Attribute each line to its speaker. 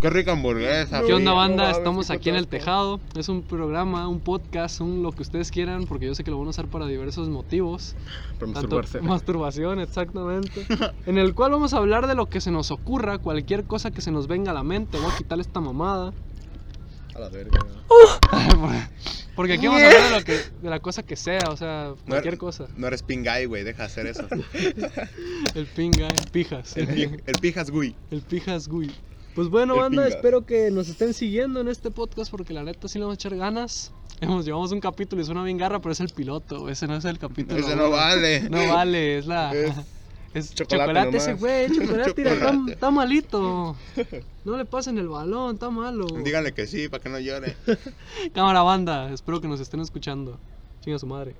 Speaker 1: Qué rica hamburguesa.
Speaker 2: ¿Qué
Speaker 1: fría.
Speaker 2: onda,
Speaker 3: no
Speaker 2: banda?
Speaker 3: mames,
Speaker 2: Estamos
Speaker 3: qué
Speaker 2: aquí en el
Speaker 3: potasco.
Speaker 2: tejado. Es un programa, un podcast, un lo que ustedes quieran, porque yo sé que lo van a usar para diversos motivos.
Speaker 3: Para
Speaker 2: Tanto-
Speaker 3: masturbarse.
Speaker 2: masturbación, exactamente. en el cual vamos a hablar de lo que se nos ocurra, cualquier cosa que se nos venga a la mente. Voy a quitar esta mamada.
Speaker 3: A la verga.
Speaker 2: Porque aquí vamos a hablar de, lo que, de la cosa que sea, o sea,
Speaker 1: No er-
Speaker 2: cualquier cosa.
Speaker 1: No eres pingay, güey, deja hacer eso.
Speaker 2: El pinga, el pijas.
Speaker 1: El, pi- el pijas, güey.
Speaker 2: El pijas, güey. Pues bueno,
Speaker 1: El
Speaker 2: banda,
Speaker 1: pingas.
Speaker 2: espero que nos estén siguiendo en este podcast porque la neta sí le vamos a echar ganas. Hemos, llevamos un capítulo y suena bien garra, pero es el piloto, güey, ese no es el capítulo.
Speaker 1: Ese
Speaker 2: uno.
Speaker 1: no vale.
Speaker 2: No vale, es la.
Speaker 1: Es
Speaker 2: Es, chocolate,
Speaker 1: chocolate
Speaker 2: ese
Speaker 1: nomás.
Speaker 2: güey, chocolate, mira, está-
Speaker 1: Chocolate.
Speaker 2: está malito. No le pasen el balón, está malo.
Speaker 1: Díganle que sí, para que no llore.
Speaker 2: Cámara banda, espero que nos estén escuchando. Chinga su madre.